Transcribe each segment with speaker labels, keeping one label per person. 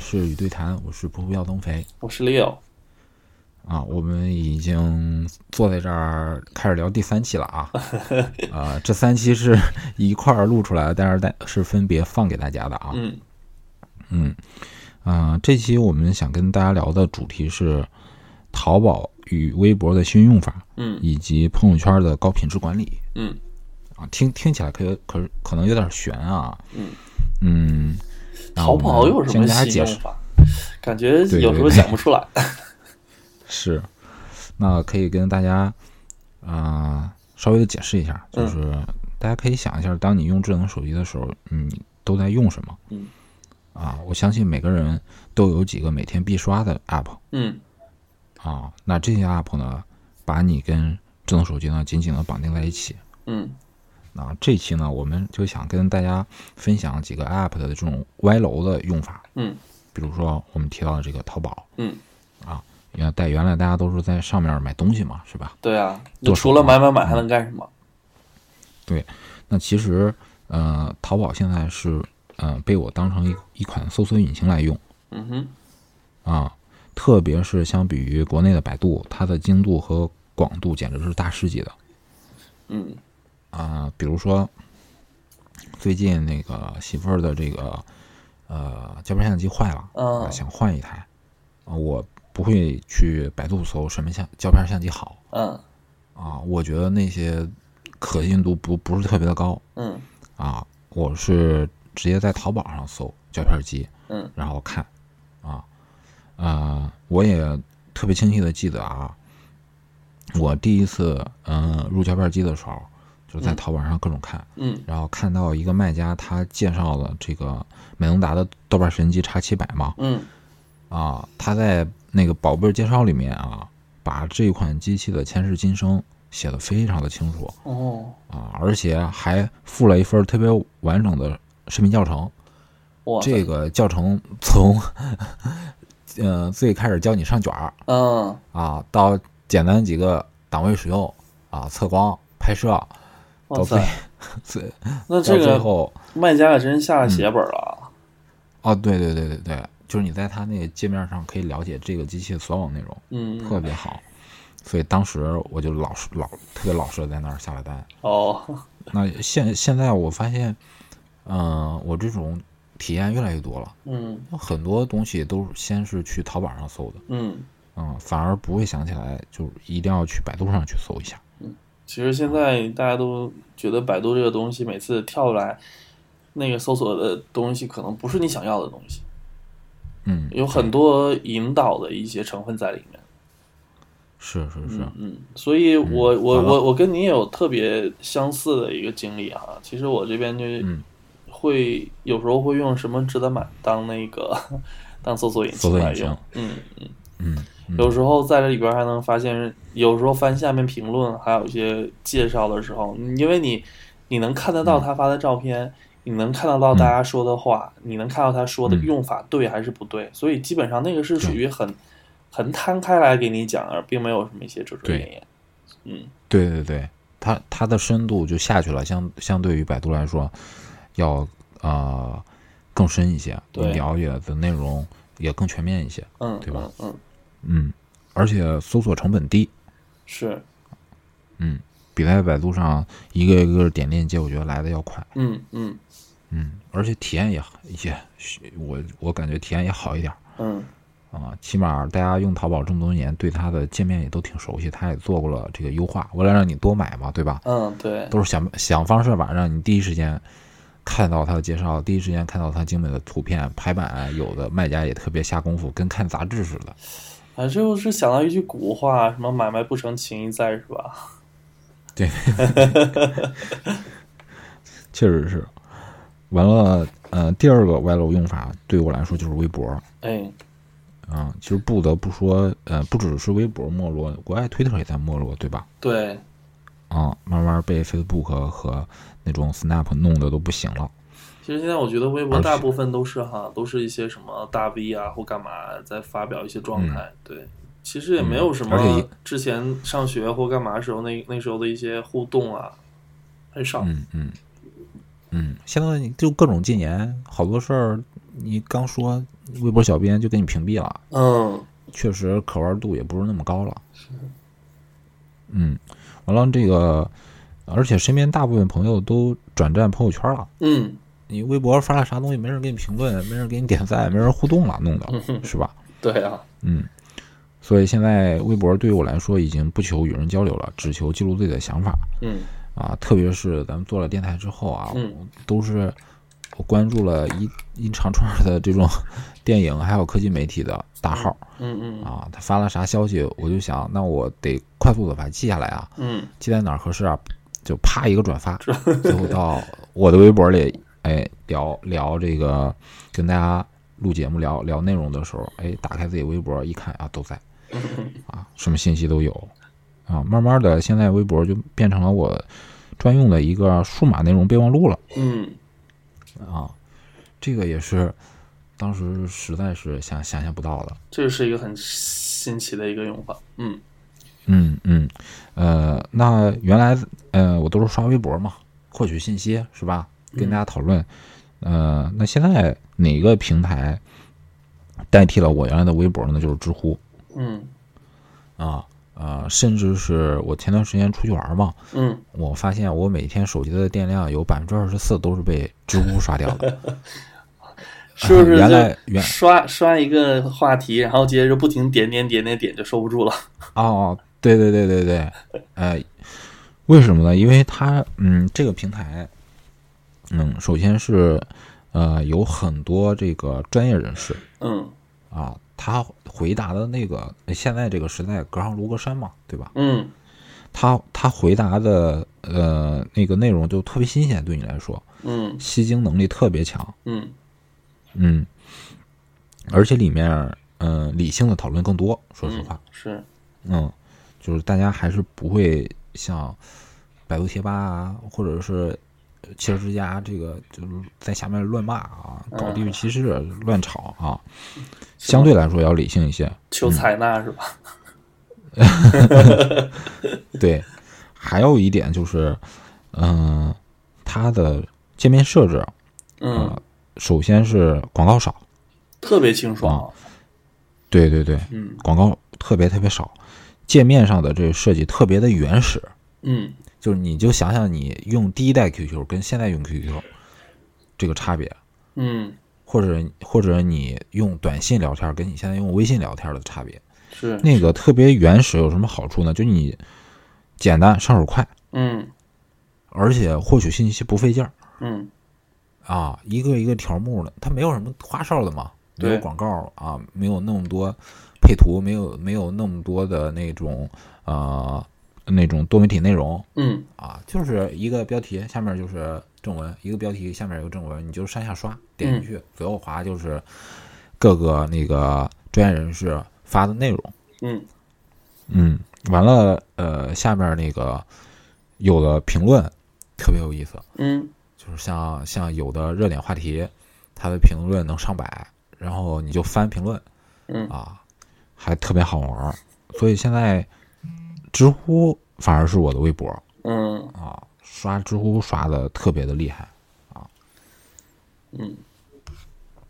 Speaker 1: 是与对谈，我是噗噗要东肥
Speaker 2: 我是 Leo，
Speaker 1: 啊，我们已经坐在这儿开始聊第三期了 啊，啊，这三期是一块儿录出来的，但是大是分别放给大家的啊，
Speaker 2: 嗯
Speaker 1: 嗯，啊、这期我们想跟大家聊的主题是淘宝与微博的新用法，
Speaker 2: 嗯
Speaker 1: 以及朋友圈的高品质管理
Speaker 2: 嗯
Speaker 1: 啊，听听起来可可可能有点悬啊，
Speaker 2: 嗯
Speaker 1: 嗯，那
Speaker 2: 淘
Speaker 1: 我们
Speaker 2: 宝有什
Speaker 1: 先
Speaker 2: 么
Speaker 1: 跟大家
Speaker 2: 新
Speaker 1: 解
Speaker 2: 用
Speaker 1: 释。
Speaker 2: 法？感觉
Speaker 1: 对
Speaker 2: 有时候
Speaker 1: 对对
Speaker 2: 想不出来。
Speaker 1: 是，那可以跟大家啊、呃稍微的解释一下，就
Speaker 2: 嗯
Speaker 1: 是大家可以想一下，当你用智能手机的时候，你都在用什么？
Speaker 2: 嗯，
Speaker 1: 啊，我相信每个人都有几个每天必刷的 app
Speaker 2: 嗯
Speaker 1: 啊，那这些 app 呢，把你跟智能手机呢紧紧的绑定在一起。
Speaker 2: 嗯
Speaker 1: 那这期呢，我们就想跟大家分享几个 app 的这种歪楼的用法，
Speaker 2: 嗯
Speaker 1: 比如说我们提到的这个淘宝，啊
Speaker 2: 嗯，
Speaker 1: 原在原来大家都是在上面买东西嘛，是吧？
Speaker 2: 对啊，
Speaker 1: 做
Speaker 2: 你除了
Speaker 1: 什么
Speaker 2: 买买买还能干什么？
Speaker 1: 那其实，呃，淘宝现在是，呃，被我当成一一款搜索引擎来用
Speaker 2: 嗯哼，
Speaker 1: 啊，特别是相比于国内的百度，它的精度和广度简直是大师级的
Speaker 2: 嗯
Speaker 1: 啊。比如说，最近那个媳妇儿的这个，呃，胶片相机坏了，
Speaker 2: 嗯
Speaker 1: 啊想换一台，啊，我不会去百度搜什么相胶片相机好
Speaker 2: 嗯
Speaker 1: 啊，我觉得那些可信度不不是特别的高，
Speaker 2: 嗯
Speaker 1: 啊，我是直接在淘宝上搜胶片机，
Speaker 2: 嗯，
Speaker 1: 然后看，啊，呃，我也特别清晰的记得啊，我第一次嗯、呃入胶片机的时候，就是在
Speaker 2: 嗯
Speaker 1: 淘宝上各种看，
Speaker 2: 嗯
Speaker 1: 然后看到一个卖家他介绍了这个美能达的豆瓣神机 x 七百嘛，
Speaker 2: 嗯
Speaker 1: 啊，他在那个宝贝儿介绍里面啊，把这款机器的前世今生写的非常的清楚，
Speaker 2: 哦，
Speaker 1: 啊，而且还附了一份特别完整的视频教程。
Speaker 2: 哇塞，
Speaker 1: 这个教程从呃最开始教你上卷儿
Speaker 2: 嗯
Speaker 1: 啊，到简单几个档位使用啊、测光、拍摄，
Speaker 2: 哇
Speaker 1: 到最
Speaker 2: 塞，
Speaker 1: 最
Speaker 2: 那
Speaker 1: 到
Speaker 2: 这
Speaker 1: 最
Speaker 2: 个
Speaker 1: 后嗯
Speaker 2: 卖家可真下了血本了。啊
Speaker 1: 哦，对对对对对，就是你在它那个界面上可以了解这个机器的所有内容，
Speaker 2: 嗯
Speaker 1: 特别好。所以当时我就老实老特别老实的在那儿下了单。
Speaker 2: 哦，
Speaker 1: 那现现在我发现，嗯、我这种体验越来越多了。
Speaker 2: 嗯
Speaker 1: 很多东西都是先是去淘宝上搜的，
Speaker 2: 嗯。
Speaker 1: 嗯，反而不会想起来，就是一定要去百度上去搜一下。
Speaker 2: 其实现在大家都觉得百度这个东西，每次跳出来那个搜索的东西，可能不是你想要的东西，
Speaker 1: 嗯，
Speaker 2: 有很多引导的一些成分在里面。
Speaker 1: 是是是，
Speaker 2: 嗯嗯，所以我、我
Speaker 1: 嗯好的
Speaker 2: 我我跟你也有特别相似的一个经历哈、其实我这边就
Speaker 1: 嗯
Speaker 2: 会、有时候会用什么值得买当那个 当搜索引
Speaker 1: 搜
Speaker 2: 擎
Speaker 1: 索引
Speaker 2: 来用
Speaker 1: 擎。
Speaker 2: 嗯，
Speaker 1: 嗯
Speaker 2: 有时候在这里边还能发现，有时候翻下面评论还有一些介绍的时候，因为你你能看得到他发的照片。你能看得到大家说的话，你能看到他说的
Speaker 1: 嗯
Speaker 2: 用法对还是不对，所以基本上那个是属于很很摊开来给你讲，而并没有什么一些遮遮
Speaker 1: 对
Speaker 2: 掩掩。嗯
Speaker 1: 对对对，它它的深度就下去了，相相对于百度来说，要呃更深一些，你
Speaker 2: 对
Speaker 1: 了解的内容也更全面一些。
Speaker 2: 嗯，
Speaker 1: 对吧？
Speaker 2: 嗯，嗯
Speaker 1: 嗯，而且搜索成本低，
Speaker 2: 是，
Speaker 1: 嗯，比在百度上一个一个点链接，我觉得来的要快。
Speaker 2: 嗯嗯
Speaker 1: 嗯，而且体验也也，我我感觉体验也好一点儿
Speaker 2: 嗯
Speaker 1: 啊、起码大家用淘宝这么多年，对它的界面也都挺熟悉，它也做过了这个优化，为了让你多买嘛，对吧？
Speaker 2: 嗯，对，
Speaker 1: 都是想想方设法让你第一时间看到它的介绍，第一时间看到它精美的图片排版，啊有的卖家也特别下功夫，跟看杂志似的。
Speaker 2: 啊，这就是想到一句古话，什么买卖不成情义在，是吧？
Speaker 1: 确实是。完了，呃，第二个歪楼用法对我来说就是微博啊、
Speaker 2: 哎，
Speaker 1: 其实不得不说，呃，不只是微博没落，国外推特也在没落，对吧？
Speaker 2: 对，
Speaker 1: 啊，慢慢被 Facebook 和那种 Snap 弄得都不行了。
Speaker 2: 其实现在我觉得微博
Speaker 1: 而
Speaker 2: 大
Speaker 1: 且
Speaker 2: 部分都是哈，都是一些什么大 V 啊或干嘛在发表一些状态，对，其实也没有什
Speaker 1: 嗯而且
Speaker 2: 么之前上学或干嘛时候那那时候的一些互动啊，很少。
Speaker 1: 嗯嗯嗯，现在你就各种禁言，好多事儿你刚说微博小编就给你屏蔽了，
Speaker 2: 嗯，
Speaker 1: 确实可玩度也不是那么高了。嗯，完了这个，而且身边大部分朋友都转战朋友圈了。
Speaker 2: 嗯，
Speaker 1: 你微博发了啥东西，没人给你评论，没人给你点赞，没人互动了，弄的是吧？
Speaker 2: 对啊，
Speaker 1: 嗯，所以现在微博对于我来说已经不求与人交流了，只求记录自己的想法
Speaker 2: 嗯
Speaker 1: 啊。特别是咱们做了电台之后啊，
Speaker 2: 嗯
Speaker 1: 我都是我关注了一一长串的这种电影还有科技媒体的大号
Speaker 2: 嗯嗯
Speaker 1: 啊，他发了啥消息，我就想，那我得快速的把它记下来啊，
Speaker 2: 嗯，
Speaker 1: 记在哪儿合适啊？就啪一个转发，最后到我的微博里，哎，聊聊这个，跟大家录节目聊聊内容的时候，哎，打开自己微博一看啊，都在，啊，什么信息都有，啊，慢慢的，现在微博就变成了我专用的一个数码内容备忘录了
Speaker 2: 嗯
Speaker 1: 啊，这个也是当时实在是想想象不到的，
Speaker 2: 这是一个很新奇的一个用法。嗯
Speaker 1: 嗯嗯，呃，那原来呃我都是刷微博嘛，获取信息是吧？跟大家讨论，呃，那现在哪个平台代替了我原来的微博呢？就是知乎
Speaker 2: 嗯
Speaker 1: 啊，呃，甚至是我前段时间出去玩嘛，
Speaker 2: 嗯，
Speaker 1: 我发现我每天手机的电量有百分之二十四都是被知乎刷掉的，
Speaker 2: 是不是
Speaker 1: 啊原来
Speaker 2: 就
Speaker 1: 原
Speaker 2: 刷刷一个话题，然后接着不停点点点点点就收不住了？
Speaker 1: 哦，对对对对对，呃，为什么呢？因为它，嗯，这个平台，嗯，首先是，呃，有很多这个专业人士
Speaker 2: 嗯
Speaker 1: 啊，他回答的那个现在这个时代隔行如隔山嘛，对吧？
Speaker 2: 嗯
Speaker 1: 他他回答的呃那个内容就特别新鲜，对你来说
Speaker 2: 嗯
Speaker 1: 吸睛能力特别强，
Speaker 2: 嗯
Speaker 1: 嗯，而且里面嗯、呃理性的讨论更多，说实话，
Speaker 2: 嗯，是
Speaker 1: 嗯，就是大家还是不会像百度贴吧啊，或者是呃汽车之家这个，就是在下面乱骂啊，搞地域歧视、乱吵啊，相对来说要理性一些。
Speaker 2: 求采纳是吧？
Speaker 1: 对，还有一点就是，嗯、它的界面设置，啊
Speaker 2: 嗯，
Speaker 1: 首先是广告少，
Speaker 2: 特别清爽。
Speaker 1: 对对对，
Speaker 2: 嗯
Speaker 1: 广告特别特别少，界面上的这设计特别的原始，
Speaker 2: 嗯
Speaker 1: 就是你就想想你用第一代 QQ 跟现在用 QQ 这个差别，
Speaker 2: 嗯，
Speaker 1: 或者或者你用短信聊天跟你现在用微信聊天的差别，
Speaker 2: 是
Speaker 1: 那个特别原始有什么好处呢？就你简单上手快，
Speaker 2: 嗯
Speaker 1: 而且获取信息不费劲儿
Speaker 2: 嗯
Speaker 1: 啊，一个一个条目的，它没有什么花哨的嘛，没
Speaker 2: 对
Speaker 1: 有广告啊，没有那么多配图，没有没有那么多的那种呃那种多媒体内容，
Speaker 2: 嗯
Speaker 1: 啊，就是一个标题，下面就是正文，一个标题下面有正文，你就上下刷，点进去，左右滑就是各个那个专业人士发的内容。
Speaker 2: 嗯
Speaker 1: 嗯，完了，呃，下面那个有的评论特别有意思，
Speaker 2: 嗯
Speaker 1: 就是像像有的热点话题，它的评论能上百，然后你就翻评论
Speaker 2: 嗯
Speaker 1: 啊，还特别好玩儿。所以现在知乎反而是我的微博，
Speaker 2: 嗯
Speaker 1: 啊，刷知乎刷的特别的厉害啊。
Speaker 2: 嗯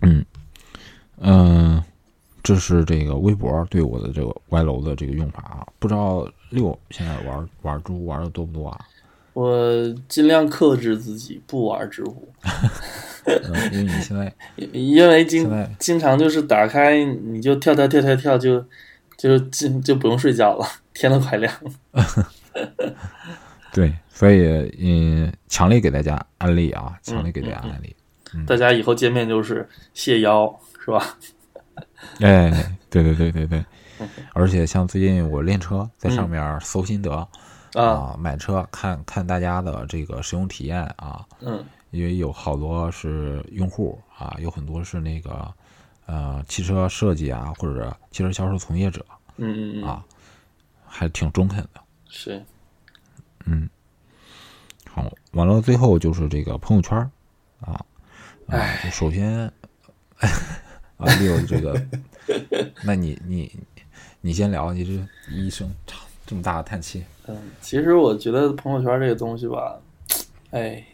Speaker 1: 嗯嗯、这是这个微博对我的这个歪楼的这个用法啊。不知道六现在玩玩知乎玩的多不多啊？
Speaker 2: 我尽量克制自己，不玩知乎，
Speaker 1: 嗯，因为你现 在
Speaker 2: 因因为
Speaker 1: 现
Speaker 2: 经
Speaker 1: 在
Speaker 2: 经常就是打开你就跳跳跳跳跳就就就就不用睡觉了，天都快亮。
Speaker 1: 对，所以嗯，强烈给大家安利啊，强烈给大家
Speaker 2: 嗯
Speaker 1: 安利。
Speaker 2: 大家以后见面就是谢邀是吧？
Speaker 1: 哎，对对对对 对，而且像最近我练车，在上面搜心得、
Speaker 2: 嗯啊，
Speaker 1: 啊，买车看看大家的这个使用体验啊，
Speaker 2: 嗯
Speaker 1: 因为有好多是用户啊，有很多是那个呃汽车设计啊，或者汽车销售从业者，
Speaker 2: 嗯嗯嗯，
Speaker 1: 啊还挺中肯的。
Speaker 2: 是
Speaker 1: 好，完了最后就是这个朋友圈儿啊，啊，就首先 啊，六这个，那你你你先聊，你这一声长这么大的叹气，
Speaker 2: 嗯，其实我觉得朋友圈这个东西吧，哎，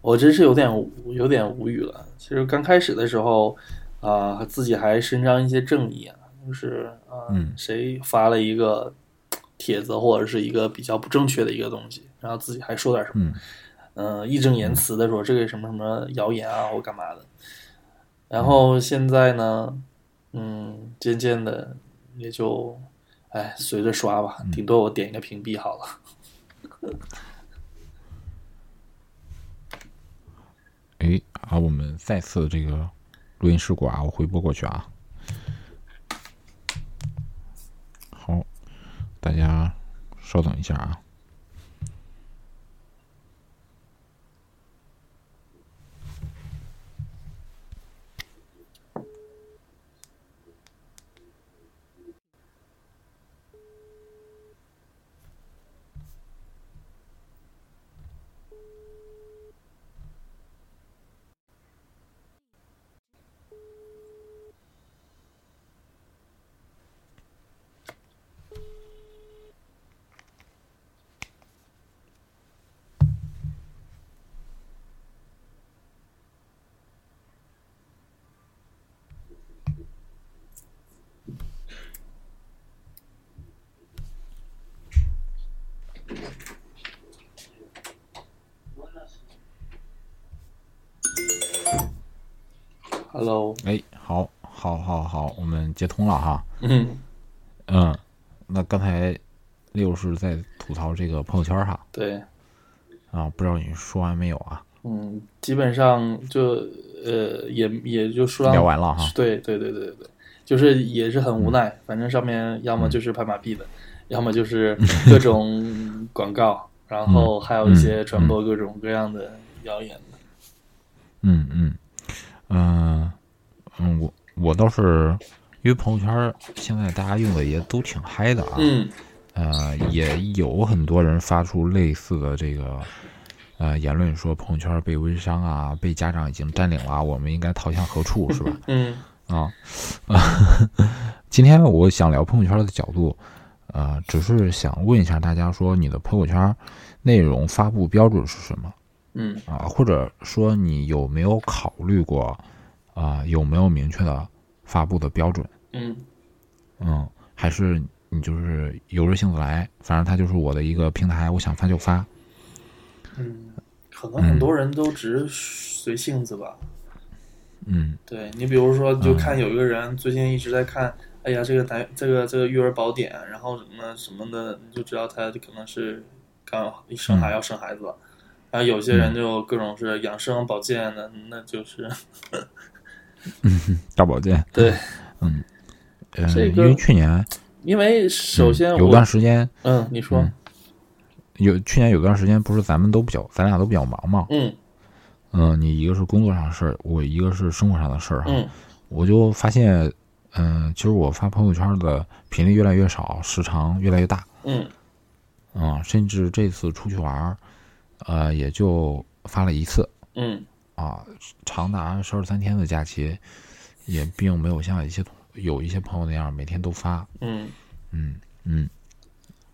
Speaker 2: 我真是有点无有点无语了。其实刚开始的时候，啊、自己还伸张一些正义啊，就是啊、
Speaker 1: 嗯
Speaker 2: 谁发了一个帖子或者是一个比较不正确的一个东西，然后自己还说点什么，
Speaker 1: 嗯
Speaker 2: 嗯、义正言辞的说这个什么什么谣言啊或干嘛的，然后现在呢，嗯，渐渐的也就，哎，随着刷吧，
Speaker 1: 嗯
Speaker 2: 顶多我点一个屏蔽 好了。
Speaker 1: 哎，啊，我们再次这个录音事故啊，我回拨过去啊。好，大家稍等一下啊。
Speaker 2: Hello，
Speaker 1: 哎，好，好，好，好，我们接通了哈。
Speaker 2: 嗯，
Speaker 1: 嗯，那刚才六是在吐槽这个朋友圈哈
Speaker 2: 对，
Speaker 1: 啊，不知道你说完没有啊？
Speaker 2: 嗯，基本上就呃也也就说
Speaker 1: 聊
Speaker 2: 到，
Speaker 1: 完了哈。
Speaker 2: 对对对对对对，就是也是很无奈，反正上面要么就是拍马屁的，要么 就是各种广告，然后还有一些传播各种各样的谣言的。
Speaker 1: 嗯嗯嗯嗯，我我倒是因为朋友圈现在大家用的也都挺嗨的啊。
Speaker 2: 嗯
Speaker 1: 呃，也有很多人发出类似的这个呃言论，说朋友圈被微商啊，被家长已经占领了，我们应该逃向何处，是吧？
Speaker 2: 嗯
Speaker 1: 啊， 今天我想聊朋友圈的角度，呃，只是想问一下大家，说你的朋友圈内容发布标准是什么
Speaker 2: 嗯
Speaker 1: 啊？或者说你有没有考虑过啊、有没有明确的发布的标准？
Speaker 2: 嗯
Speaker 1: 嗯，还是你就是由着性子来，反正它就是我的一个平台，我想发就发。
Speaker 2: 嗯，可能很多人都只是随性子吧。
Speaker 1: 嗯
Speaker 2: 对你比如说，就看有一个人最近一直在看，哎呀，这个男这个这个育儿宝典，然后什么什么的，你就知道他可能是刚一生孩要生孩子了。然后有些人就各种是养生保健的，那就是
Speaker 1: 嗯，大保健，
Speaker 2: 对，
Speaker 1: 呃，
Speaker 2: 这
Speaker 1: 因
Speaker 2: 个
Speaker 1: 为去年
Speaker 2: 因为首先
Speaker 1: 嗯有
Speaker 2: 我
Speaker 1: 段时间，
Speaker 2: 嗯，你说
Speaker 1: 有去年有段时间不是咱们都比较，咱俩都比较忙嘛。
Speaker 2: 嗯
Speaker 1: 嗯，你一个是工作上的事儿，我一个是生活上的事儿哈。
Speaker 2: 嗯
Speaker 1: 我就发现，嗯、其实我发朋友圈的频率越来越少，时长越来越大。
Speaker 2: 嗯
Speaker 1: 啊、甚至这次出去玩儿，呃，也就发了一次。
Speaker 2: 嗯
Speaker 1: 啊，长达十二三天的假期，也并没有像一些同有一些朋友那样每天都发，
Speaker 2: 嗯
Speaker 1: 嗯嗯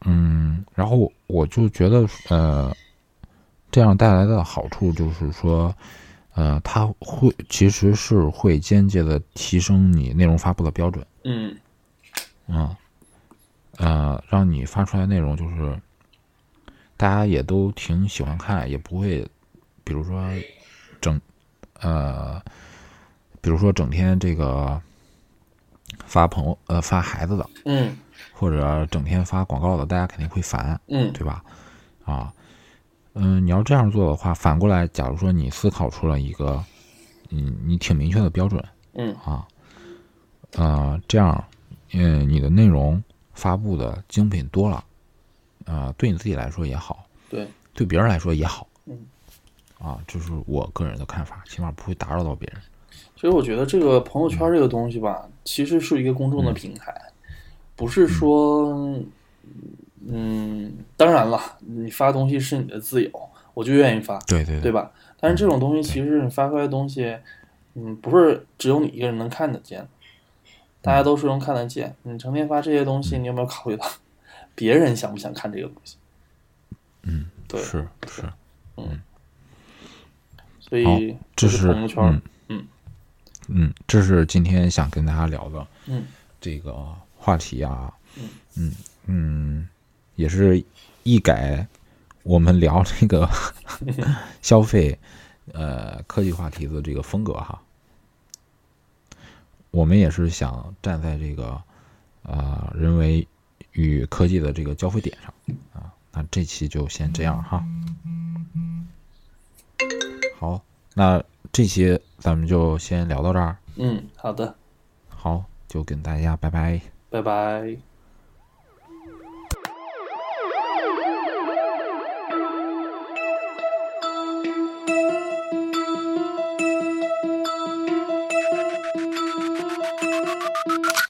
Speaker 1: 嗯，然后我就觉得，呃，这样带来的好处就是说，呃，它会其实是会间接的提升你内容发布的标准
Speaker 2: 嗯
Speaker 1: 啊、呃，让你发出来的内容就是大家也都挺喜欢看，也不会，比如说整呃，比如说整天这个发朋友呃发孩子的，
Speaker 2: 嗯
Speaker 1: 或者整天发广告的，大家肯定会烦，
Speaker 2: 嗯
Speaker 1: 对吧？啊，嗯，你要这样做的话，反过来，假如说你思考出了一个，嗯，你挺明确的标准，
Speaker 2: 嗯
Speaker 1: 啊，呃，这样，嗯，你的内容发布的精品多了，啊、对你自己来说也好，
Speaker 2: 对，
Speaker 1: 对别人来说也好，
Speaker 2: 嗯，
Speaker 1: 啊，这是我个人的看法，起码不会打扰到别人，
Speaker 2: 其实我觉得这个朋友圈这个东西吧，其实是一个公众
Speaker 1: 嗯
Speaker 2: 的平台，不是说，嗯，当然了，你发东西是你的自由，我就愿意发，
Speaker 1: 对对
Speaker 2: 对
Speaker 1: 对，
Speaker 2: 吧？但是这种东西其实你发出来的东西，嗯，不是只有你一个人能看得见，大家都是能看得见。你成天发这些东西，你有没有考虑到 别人想不想看这个东西？
Speaker 1: 嗯，
Speaker 2: 对，
Speaker 1: 是是，
Speaker 2: 所
Speaker 1: 好
Speaker 2: 以
Speaker 1: 这
Speaker 2: 是
Speaker 1: 是
Speaker 2: 朋友圈，
Speaker 1: 嗯
Speaker 2: 嗯
Speaker 1: 嗯，这是今天想跟大家聊的
Speaker 2: 嗯
Speaker 1: 这个话题啊
Speaker 2: 嗯。
Speaker 1: 嗯嗯，也是一改我们聊这 个消费呃科技话题的这个风格哈。我们也是想站在这个呃人为与科技的这个交汇点上啊。那这期就先这样哈。好，那这期咱们就先聊到这儿。
Speaker 2: 嗯，好的，
Speaker 1: 好，就跟大家拜拜。
Speaker 2: 拜拜。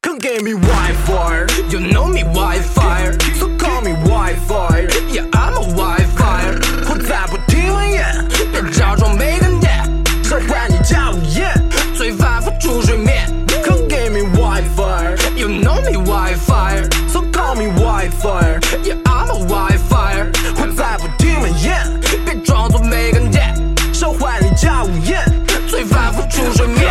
Speaker 3: Come get me Wi-Fi, you know me Wi-Fi, so call me Wi-Fi. Yeah, I'm a Wi-Fi. 我再不听也要假装没看见，这把你叫午夜，最反浮出水面。Come get me Wi-Fi, you know me Wi-Fi, so call me Wi-Fi. Yeah, I'm a Wi-Fi. 我再不听也别装作没看见，烧坏你家午夜，最反浮出水面。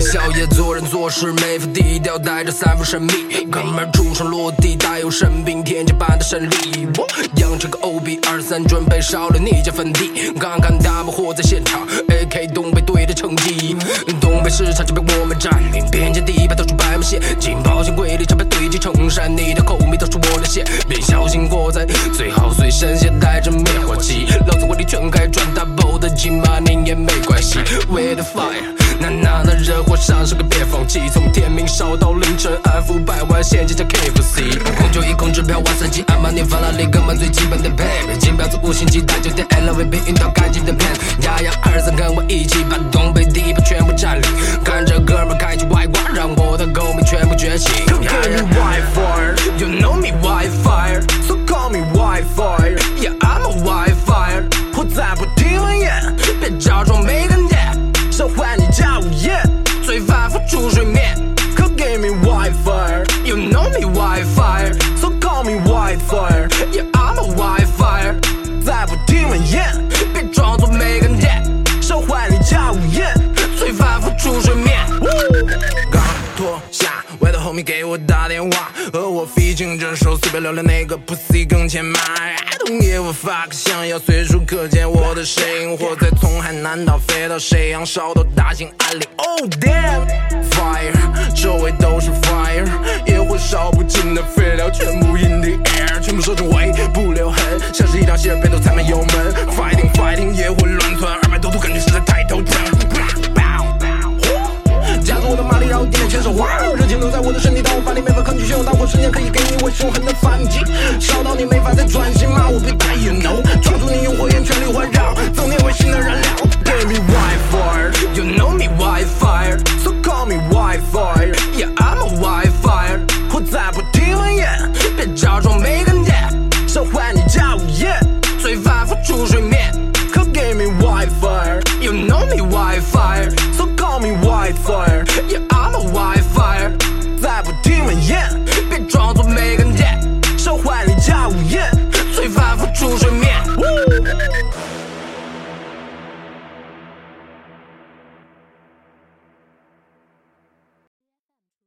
Speaker 3: 小爷做人做事没法低调，带着三分神秘。哥们儿出生落地，大有神兵，天降般的神力。我养成个 OB 二三，准备烧了你家坟地。看看他们活在现场，AK 东北队的成绩。东北市场就被我们占领，边界地盘都是白毛线，警报线规律常被堆积成山。你的口蜜都是我的线，别小心过载，最好随身携带着灭火器。老子火力全开，赚大包的金马您也没关系。With the fire。难拿的人火上是个别放弃，从天明烧到凌晨，安抚百万现金加 KFC。空就一空支票，万三级，按摩你法拉利哥们最基本的配备，金标子五星级，大酒店 LV 比运到干净的片，牙牙二三跟我一起把东北地盘全部占领，看着哥们开起外挂，让我的狗们全部觉醒。Come get me Wi-Fi, you know me Wi-Fi, so call me Wi-Fi, yeah I'm a Wi-Fi，我再不听也别假装没看见。召唤你加午夜，罪犯浮出水面。Come get me Wi-Fi, you know me Wi-Fi, so call me Wi-Fi. Yeah, I'm a Wi-Fi. 再不听闻言，别装作没看见。召唤你加午夜，罪犯浮出水面。刚脱下外头 homie 给我打电话，和我 f 竟这手随便聊聊那个 pussy 更欠骂。I don't give a fuck，想要随处可见我的身影，或在从海南岛飞到沈阳，烧到大兴安岭。Oh damn，fire，周围都是 fire，也会烧不尽的废料，全部 in the air，全部烧成灰，不留痕，像是一条线被都踩满油门。Fighting fighting，也会乱窜，二百多度感觉实在太头疼。加速我的马力，让我点点全手哇！热情留在我的身体，但我法力没法抗拒汹涌大火，瞬间可以给你我凶狠的反击，烧到你没法再转身，骂我别带眼 no，抓住你用火焰全力环绕，增添我新的燃料。